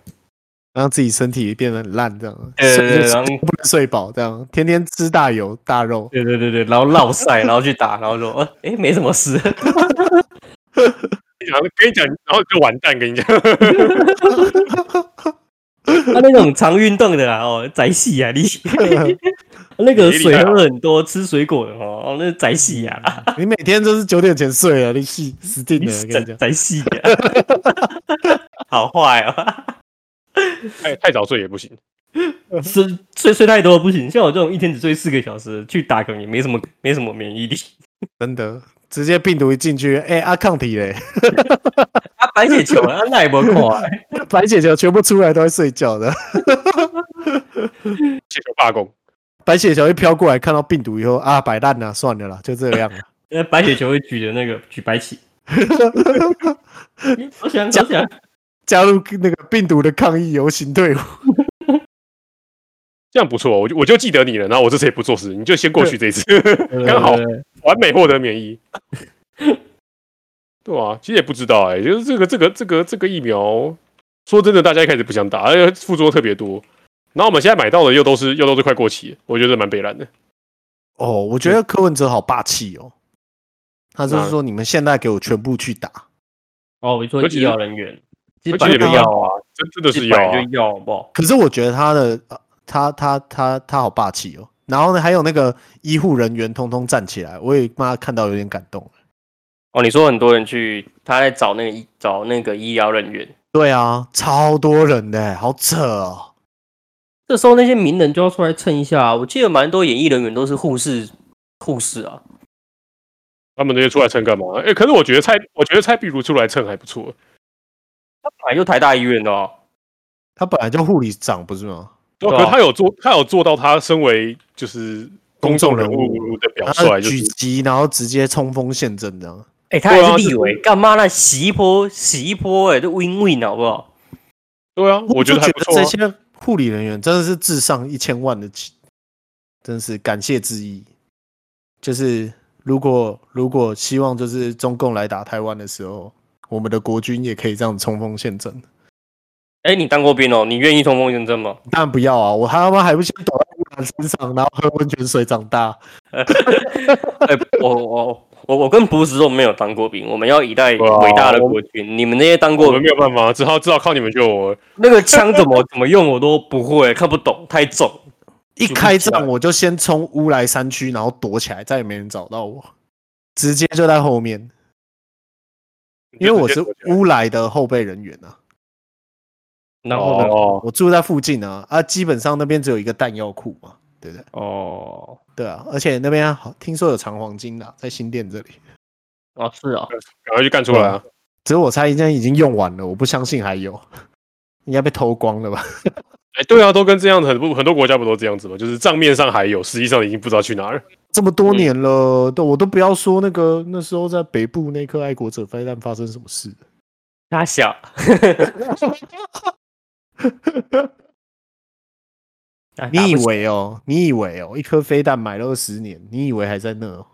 S1: 让自己身体变得很烂，这样，啊
S2: 对对对
S1: 睡
S2: 然后
S1: 不能睡饱，这样，天天吃大油大肉，
S2: 对对对对，然后落晒，然后去打，然后说，呃，哎，没什么事。
S3: 然后跟你讲，然后就完蛋，跟你讲，
S2: 他那种常运动的啊，哦，宅系啊，你那个水喝很多，吃水果的哦，哦那宅系啊，
S1: 你每天就是九点前睡啊了，你死死定
S2: 你
S1: 嗯了，我
S2: 是
S1: 跟
S2: 宅
S1: 你讲，
S2: 宅系啊，好坏哦，
S3: 太太早睡也不行。
S2: 睡睡睡太多不行，像我这种一天只睡四个小时，去打可能也没什么没什么免 疫力。
S1: 真的，直接病毒一进去，哎、阿抗体嘞，
S2: 啊，白血球啊，那也不看，
S1: 白血球全部出来都会睡觉的，
S3: 气球罢工，
S1: 白血球一飘过来，看到病毒以后啊，摆烂了，算了啦，就这样了。
S2: 那呃白血球会举的那个举白 旗。我想，我想，
S1: 加入那个病毒的抗议游行队伍，
S3: 这样不错，我就我就记得你了。然后我这次也不做事，你就先过去这一次， 刚好
S2: 对对对
S3: 完美获得免疫。对啊，其实也不知道哎、就是这个这个这个这个疫苗，说真的，大家一开始不想打，而且副作用特别多。然后我们现在买到的又都是又都是快过期，我觉得蛮悲惨的。
S1: 哦，我觉得柯文哲好霸气哦，他就是说你们现在给我全部去打，
S2: 哦，我说
S3: 而且
S2: 医疗人员，基
S3: 而
S2: 本
S3: 且
S2: 就要啊，
S3: 真真的是
S2: 基
S3: 要
S2: 本
S3: 啊、
S2: 就要，好不好？
S1: 可是我觉得他的呃他他他他好霸气哦，然后呢，还有那个医护人员通通站起来，我也妈看到有点感动。
S2: 哦，你说很多人去，他在找那个医找那个医疗人员，
S1: 对啊，超多人的，欸好扯哦。
S2: 这时候那些名人就要出来蹭一下、啊。我记得蛮多演艺人员都是护士，护士啊，
S3: 他们这些出来蹭干嘛？哎、可是我觉得蔡，我觉得蔡壁如出来蹭还不错。
S2: 他本来就哎台大医院的、哦，
S1: 他本来就护理长不是吗？
S3: 对
S2: 啊
S3: 哦可是他有做，他有做到他身为就是公众人物的表率，
S1: 他
S3: 就
S1: 举
S3: 是
S1: 旗，然后直接冲锋陷阵这样。
S2: 哎、他
S3: 对啊
S2: 还是立
S3: 这
S2: 委，干嘛呢？洗一波，洗一波、哎，这 win win 好不好？
S3: 对啊，我觉得还不错、
S1: 这
S3: 啊。
S1: 些护理人员真的是智商一千万的起，真是感谢之意。就是如果如果希望就是中共来打台湾的时候，我们的国军也可以这样冲锋陷阵。
S2: 哎、你当过兵哦，你愿意冲锋陷阵 吗？
S1: 当然不要啊！我他妈还不先躲在乌兰身上，然后喝温泉水长大。
S2: 哎、我我我我跟朴实都没有当过兵，我们要依赖
S3: 对啊
S2: 伟大的国军。你们那些当
S3: 我
S2: 过
S3: 们没有办法，只好只好靠你们救我。
S2: 那个枪怎么 怎么用我都不会，看不懂，太重。
S1: 一开
S2: 举不起
S3: 啊
S1: 战
S2: 来
S1: 我就先冲乌来山区，然后躲起来，再也没人找到我，直接就在后面，因为我是乌来的后备人员啊。
S2: 然后呢？
S3: 哦，
S1: 我住在附近啊，啊，基本上那边只有一个弹药库嘛，对不对？
S2: 哦
S1: 对啊，而且那边好听说有藏黄金的、在新店这里，
S2: 哦是
S5: 啊
S2: 哦，
S3: 赶快去干出来啊！
S1: 只是我猜应该已经用完了，我不相信还有，应该被偷光了吧？
S3: 哎，对啊，都跟这样的很多很多国家不都这样子吗？就是账面上还有，实际上已经不知道去哪了。
S1: 这么多年了，都我都不要说那个那时候在北部那颗爱国者飞弹发生什么事，
S2: 大小。啊
S1: 你以
S2: 打不起
S1: 为哦，你以为哦，一颗飞弹买了二十年，你以为还在那、哦？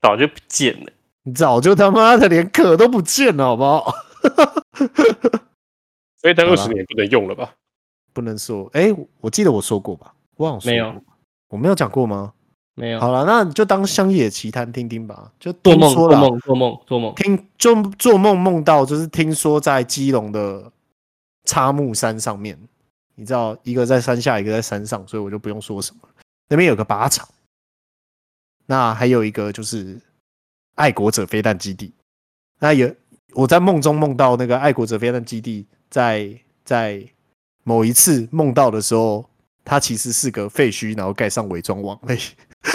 S2: 早就不见了？
S1: 你早就他妈的连壳都不见了，好不好？
S3: 所以但
S1: 好
S3: 二
S1: 啦
S3: 十年也不能用了吧？
S1: 不能说，哎，我记得我说过吧？忘了说
S2: 没有
S1: 过，我没有讲过吗？
S2: 没有，
S1: 好了，那你就当乡野奇谈听听吧。就
S2: 做
S1: 听
S2: 梦
S1: 说
S2: 做
S1: 啦
S2: 梦做梦做 梦。
S1: 听就做梦梦到，就是听说在基隆的插木山上面，你知道一个在山下，一个在山上，所以我就不用说什么了。那边有个靶场，那还有一个就是爱国者飞弹基地。那也我在梦中梦到那个爱国者飞弹基地在在某一次梦到的时候，它其实是个废墟，然后盖上伪装网嘞。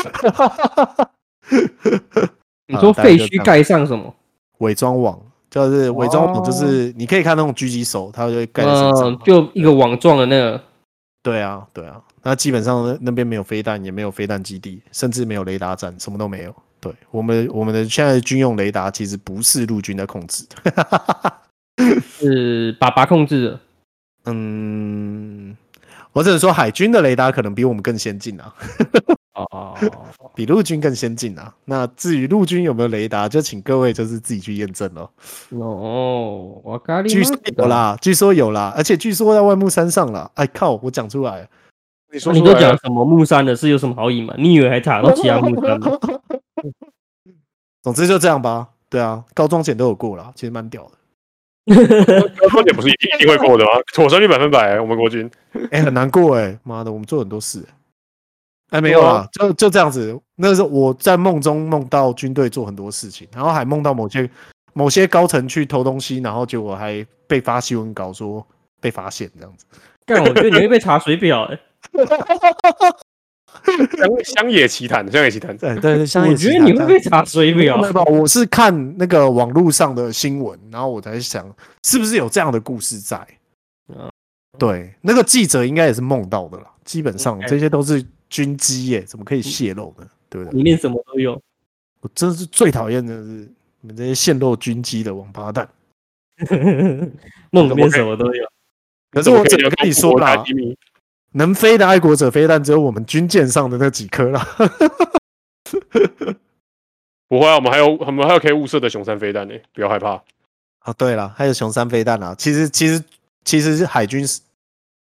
S5: 你
S4: 啊
S5: 说
S1: 大概
S5: 废
S1: 就这
S5: 墟
S1: 样
S5: 盖上什么？
S1: 伪装网就是伪装网，就是你可以看那种狙击手，它就会盖在身上
S5: 哦嗯，。就一个网状的那个。
S1: 对啊，对啊，那基本上那那边没有飞弹，也没有飞弹基地，甚至没有雷达站，什么都没有。对我们我们的现在的军用雷达其实不是陆军在控制的，
S5: 是爸爸控制的，
S1: 嗯，我只能说海军的雷达可能比我们更先进啊，
S5: 哦哦，
S1: 比陆军更先进啊。那至于陆军有没有雷达，就请各位就是自己去验证咯。
S5: 哦，我咖喱
S1: 据说有，啦，据说有啦，而且据说在万木山上啦。哎靠，我讲出来了，
S3: 你说
S5: 你
S3: 出
S5: 都
S3: 来
S5: 讲
S3: 啊
S5: 什么木山的事有什么好隐瞒？你以为还查到其他木山 吗？
S1: 总之就这样吧。对啊，高中前都有过啦，其实蛮屌的。
S3: 高中也不是一定一定会过的吗？妥胜率百分百，我们国军。
S1: 哎、很难过哎、妈的，我们做很多事、哎、没有啊，就就这样子。那时候我在梦中梦到军队做很多事情，然后还梦到某些某些高层去偷东西，然后结果还被发新闻稿说被发现这样子。
S5: 干，我觉得你会被查水表 哎、
S3: 乡乡野奇谈，乡野奇谈。
S1: 对对，像
S5: 我觉得你会被查水
S3: 啊
S5: 表
S1: 没。有吧？我是看那个网络上的新闻，然后我才想是不是有这样的故事在
S5: 嗯。
S1: 对，那个记者应该也是梦到的啦。基本上
S5: 嗯哎
S1: 这些都是军机耶，怎么可以泄露呢？对不对？
S5: 里面什么都 有，
S1: 我真是最讨厌的是你们这些泄露军机的王八蛋。
S5: 梦里面什么都有。
S1: 可是我只
S3: 怎么
S1: 能
S3: 可以
S1: 跟你说
S3: 国家
S1: 啦
S3: 机，密
S1: 能飞的爱国者飞弹只有我们军舰上的那几颗啦。
S3: 不会啊，我们还有我们还有可以物色的熊山飞弹呢，不要害怕。
S1: 啊，对了，还有熊山飞弹啦。其实其实其实是海军是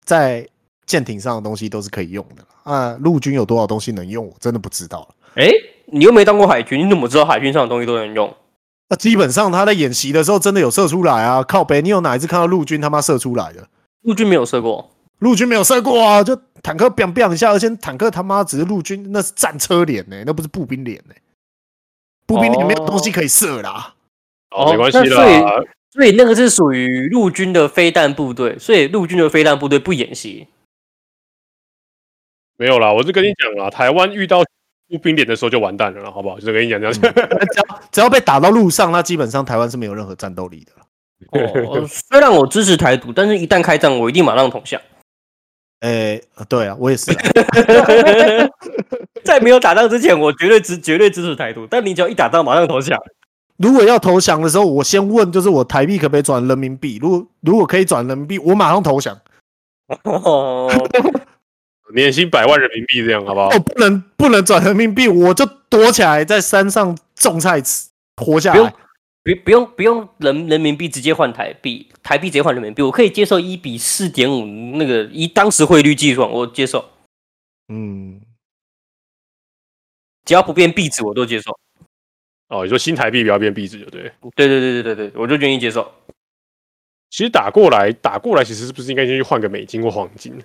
S1: 在舰艇上的东西都是可以用的啦啊。陆军有多少东西能用，我真的不知道了。
S4: 哎、你又没当过海军，你怎么知道海军上的东西都能用？
S1: 那、基本上他在演习的时候真的有射出来啊！靠北，你有哪一次看到陆军他妈射出来的？
S4: 陆军没有射过，
S1: 陆军没有射过啊，就坦克 biang biang 一下，而且坦克他妈只是陆军，那是战车脸呢、那不是步兵脸呢、步兵脸没有东西可以射啦。
S3: 哦，没关系
S4: 那所
S3: 啦
S4: 以，所以那个是属于陆军的飞弹部队，所以陆军的飞弹部队不演习。
S3: 没有啦，我是跟你讲啦，台湾遇到步兵脸的时候就完蛋了啦，好不好？就是跟你讲讲，
S1: 嗯 只要被打到路上，那基本上台湾是没有任何战斗力的了。
S4: 哦，虽然我支持台独，但是一旦开战，我一定马上投降。
S1: 诶、呃对啊，我也是啊。
S4: 在没有打仗之前，我绝对支绝对支持台独，但你只要一打仗，马上投降。
S1: 如果要投降的时候，我先问，就是我台币可不可以转人民币？如果如果可以转人民币，我马上投降。
S4: 哦，
S3: 年薪百万人民币这样，好不好
S1: 哦，？不能不能转人民币，我就躲起来在山上种菜吃，活下
S4: 不用
S1: 来。
S4: 不不用不用人人民币直接换台币，台币直接换人民币，我可以接受一比四点五那个以当时汇率计算，我接受，
S1: 嗯，
S4: 只要不变币值我都接受。
S3: 哦，你说新台币不要变币值，就对了。
S4: 对对对对对对，我就愿意接受。
S3: 其实打过来，打过来，其实是不是应该先去换个美金或黄金？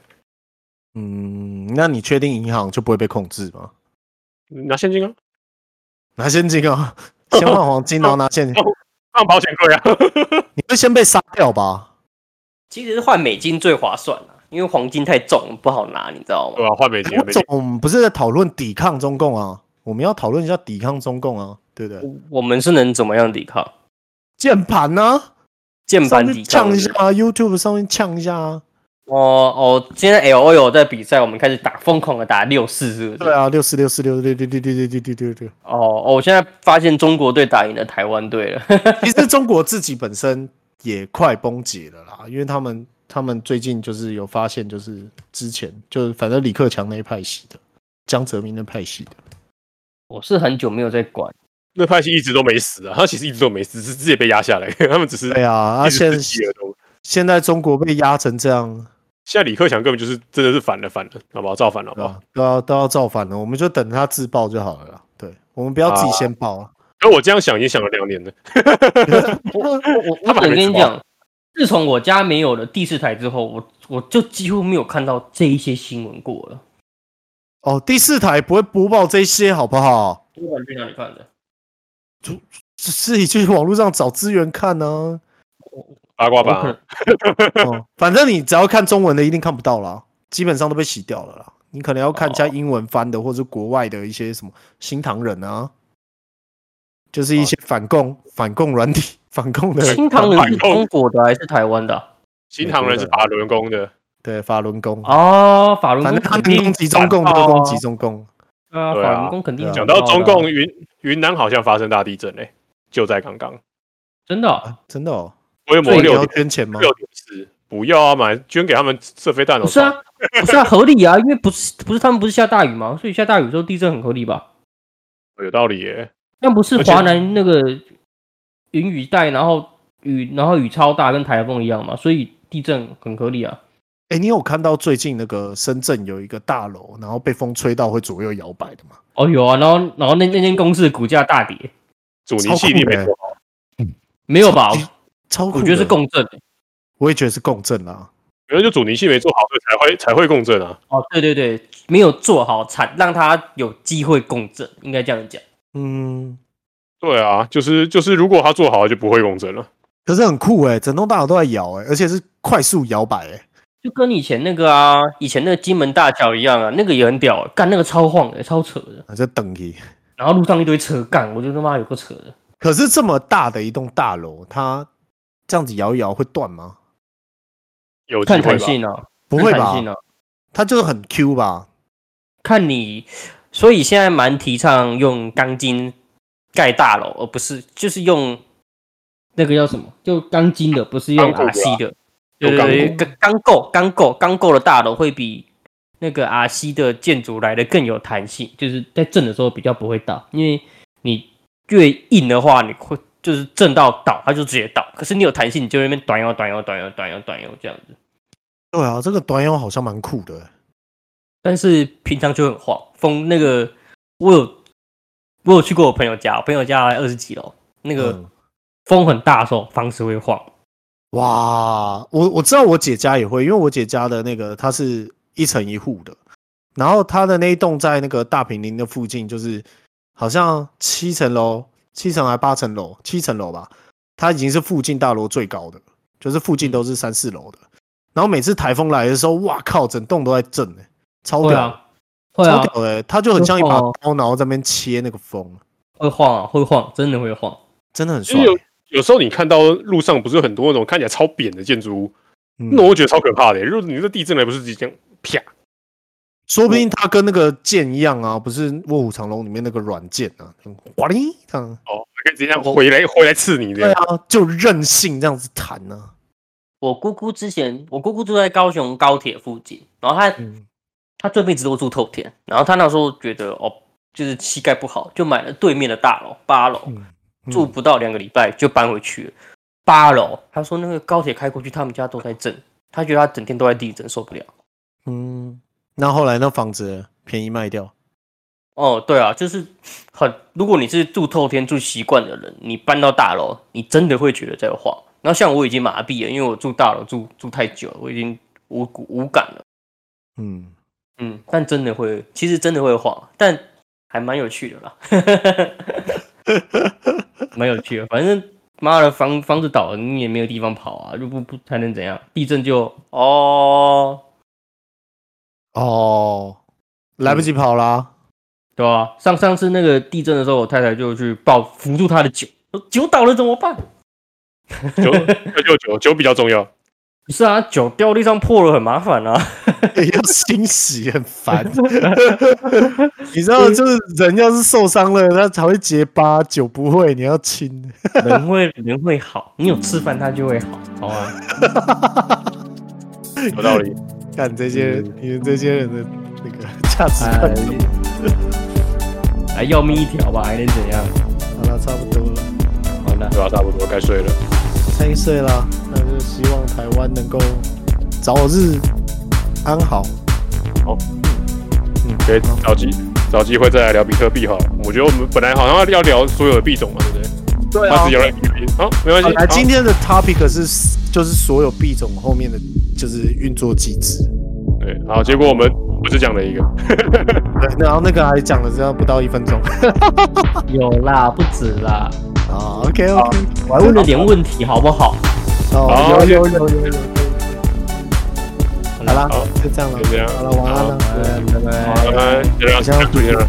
S1: 嗯，那你确定银行就不会被控制吗？
S3: 拿现金啊，
S1: 拿现金啊， 先换黄金，然后拿现
S4: 哦
S1: 金，
S3: 放保险 柜啊。
S1: 你会先被杀掉吧？
S4: 其实换美金最划算啦、因为黄金太重不好拿，你知道吗？
S1: 嗯
S3: 对吧、换美金啊，美
S1: 我
S3: 金
S1: 总。我们不是在讨论抵抗中共啊，我们要讨论一下抵抗中共啊，对不对？
S4: 我们是能怎么样抵抗？
S1: 键盘呢？
S4: 键
S1: 上
S4: 盘
S1: 面
S4: 抵抗
S1: 呛一下啊，YouTube 上面呛一下啊。
S4: 哦哦，今天 L O L 在比赛，我们开始打疯狂的打六四，是不是？
S1: 对啊，六四六四六六六六六六六六六六。
S4: 哦哦，我现在发现中国队打赢了台湾 队了。
S1: 其实中国自己本身也快崩解了啦，因为他们他们最近就是有发现，就是之前就是反正李克强那一派系的，江泽民那派系的，
S4: 我是很久没有在管，
S3: 那派系一直都没死啊，他其实一直都没死，只是自己被压下来，他们只是
S1: 对啊，啊
S3: 一直
S1: 现
S3: 自己而都。
S1: 现在中国被压成这样，
S3: 现在李克强根本就是真的是反了反了，好不好？造反了，好
S1: 对啊
S3: 不
S1: 吧
S3: 好？、
S1: 都要都要造反了，我们就等他自爆就好了啦。对，我们不要自己先爆啊。
S3: 而我这样想已经想了两年了，
S1: 啊
S4: 我
S3: 他们
S4: 我只
S3: 还没
S4: 能跟你
S3: 死
S4: 讲，自从我家没有了第四台之后，我我就几乎没有看到这一些新闻过了。
S1: 哦，第四台不会播报这些，好不好？
S4: 我管去哪里看的？
S1: 自自己去网络上找资源看啊呢、
S3: 八卦版
S5: 我可
S3: 啊
S5: 能
S1: 嗯，反正你只要看中文的一定看不到啦，基本上都被洗掉了啦。你可能要看一下英文翻的，或者是国外的一些什么新唐人啊，就是一些反共、反共软体、 反共的
S4: 新唐人是中国的还是台湾的啊、
S3: 新唐人是法轮功的，
S1: 对法轮功。
S5: 哦，法轮
S1: 反
S5: 功
S1: 正他
S5: 肯
S1: 们
S5: 定
S1: 攻击中共就攻击中共，
S5: 啊，
S3: 对啊
S5: 法轮功肯定
S3: 讲到中
S5: 的啊
S3: 共，云云南好像发生大地震嘞、欸就在刚刚，真的、
S1: 啊真的哦？
S3: 规模
S1: 所以你
S3: 六
S1: 要
S3: 点
S1: 捐钱吗？
S3: 六点四，不要啊，买捐给他们射飞弹哦。
S5: 不是啊，不是啊，合理啊，因为不是不是他们不是下大雨吗？所以下大雨的时候地震很合理吧？
S3: 操，有道理耶。
S5: 那不是
S3: 而且
S5: 华南那个云雨带，然后雨然后雨超大，跟台风一样嘛，所以地震很合理啊。
S1: 哎，你有看到最近那个深圳有一个大楼，然后被风吹到会左右摇摆的吗？
S5: 哦，有啊，然后然后那那间公司的股价大跌，
S3: 阻尼系力没
S1: 超
S3: 做好，
S5: 没有吧？
S1: 超酷
S5: 我
S1: 的，
S5: 觉得是共振、
S1: 我也觉得是共振啦。
S3: 可能就阻尼系没做好，所以才会才会共振啊。
S5: 哦，对对对，没有做好产，让它有机会共振，应该这样讲。
S1: 嗯，
S3: 对啊，就是就是，如果他做好了就不会共振了。
S1: 可是很酷哎、整栋大楼都在摇哎、而且是快速摇摆哎。
S5: 就跟以前那个啊，以前那个金门大桥一样啊，那个也很屌、干那个超晃的、超扯的。
S1: 啊就等于，
S5: 然后路上一堆车干，我就他妈有个扯的。
S1: 可是这么大的一栋大楼，它这样子摇一摇会断吗？
S3: 有机
S5: 看
S3: 会
S5: 弹
S3: 吧？
S5: 性啊，
S1: 不会
S5: 看
S1: 吧
S5: 弹？性啊，
S1: 它就是很 Q 吧？
S5: 看你。所以现在蛮提倡用钢筋盖大楼，而不是就是用那个叫什么，就钢筋的，不是用
S3: 钢构的啊
S5: RC 的。
S3: 用
S5: 对
S3: 钢
S5: 对对，钢钢构钢构钢构的大楼会比那个 RC 的建筑来的更有弹性，就是在震的时候比较不会倒，因为你越硬的话，你会就是震到倒，它就直接倒。可是你有弹性，你就在那边短摇短摇短摇短摇短摇这样子。
S1: 对啊，这个短摇好像蛮酷的、欸。
S5: 但是平常就很晃。风那个，我有我有去过我朋友家，我朋友家二十几楼，那个
S1: 嗯
S5: 风很大的时候，房子会晃。
S1: 哇，我我知道我姐家也会，因为我姐家的那个它是一层一户的，然后它的那一栋在那个大平林的附近，就是好像七层楼、七层还八层楼、七层楼吧，它已经是附近大楼最高的，就是附近都是三四楼的。然后每次台风来的时候，哇靠，整栋都在震哎、超屌
S5: 会
S1: 的，
S5: 啊，会
S1: 超
S5: 啊，哦
S1: 屌的、欸，它就很像一
S5: 会
S1: 把
S5: 晃
S1: 刀，然后在那边切那个风，
S5: 会晃啊，会晃，真的会晃。
S1: 真的很
S3: 其
S1: 帅
S3: 实
S1: 欸、
S3: 有有时候你看到路上不是有很多那种看起来超扁的建筑物，
S1: 嗯
S3: 那我觉得超可怕的、如果你这地震来，不是直接啪？
S1: 说不定它跟那个剑一样啊，不是《卧虎藏龙》里面那个软剑啊，就呱哩这样。
S3: 哦，还可以直接这样回来回来刺你这
S1: 对
S3: 样。
S1: 啊，就任性这样子弹啊呢、
S4: 我姑姑之前，我姑姑住在高雄高铁附近，然后她
S1: 嗯，
S4: 她这辈子都住透天，然后她那时候觉得哦，就是膝盖不好，就买了对面的大楼八楼，
S1: 嗯
S4: 住不到两个礼拜就搬回去了。八楼，她说那个高铁开过去，他们家都在震，她觉得她整天都在地震，受不了。
S1: 嗯，那后来那房子便宜卖掉，
S4: 哦，对啊，就是很，如果你是住透天住习惯的人，你搬到大楼，你真的会觉得在晃。然后像我已经麻痹了，因为我住大楼住住太久了，我已经无骨无感了。
S1: 嗯，
S4: 嗯，但真的会，其实真的会晃，但还蛮有趣的啦，
S5: 蛮有趣的。反正妈的房房子倒了，你也没有地方跑啊，就不不还能怎样？地震就
S4: 哦，
S1: 哦，来不及跑 啦，
S5: 对啊。上上次那个地震的时候，我太太就去抱扶住她的酒，说酒倒了怎么办？
S3: 九九九九比较重要，
S5: 不是啊，酒掉地上破了很麻烦啊。
S1: 要清洗很烦。 你知道，就是人要是受伤了，他才会结疤，酒不会，你要 清。
S5: 人会人会哎好，你有吃饭他就会好，好啊。
S3: 有道理。
S1: 看这些人，你们这些人的那个价值 观，
S5: 还哎要命一条吧，还能怎样？
S1: 好了，差不多了。
S5: 好了。
S3: 对吧、差不多该睡了。
S1: 三岁啦，那就希望台湾能够早日安好。嗯
S3: 可以找机找机会再来聊比特币好了。我觉得我们本来好像要聊所有的币种嘛，对不对？
S4: 对啊
S3: 那只聊了比特币，好，没关
S1: 本
S3: 系。
S1: 啊来
S3: 好
S1: 今天的 topic 是就是所有币种后面的就是运作机制，
S3: 对，好，结果我们我就讲了一个，
S1: 对然后那个还讲了这样不到一分钟
S4: 有啦，不止啦，
S1: 啊，OK OK，
S4: 我还问了点问题，好不好？
S1: 哦，
S3: 好
S1: 有有有有有，好啦
S3: 好，
S1: 就这样了
S3: 就这样，
S1: 好了，晚安了，
S4: 拜拜。啊
S3: 晚安，就这样，
S1: 好像
S3: 下次见了。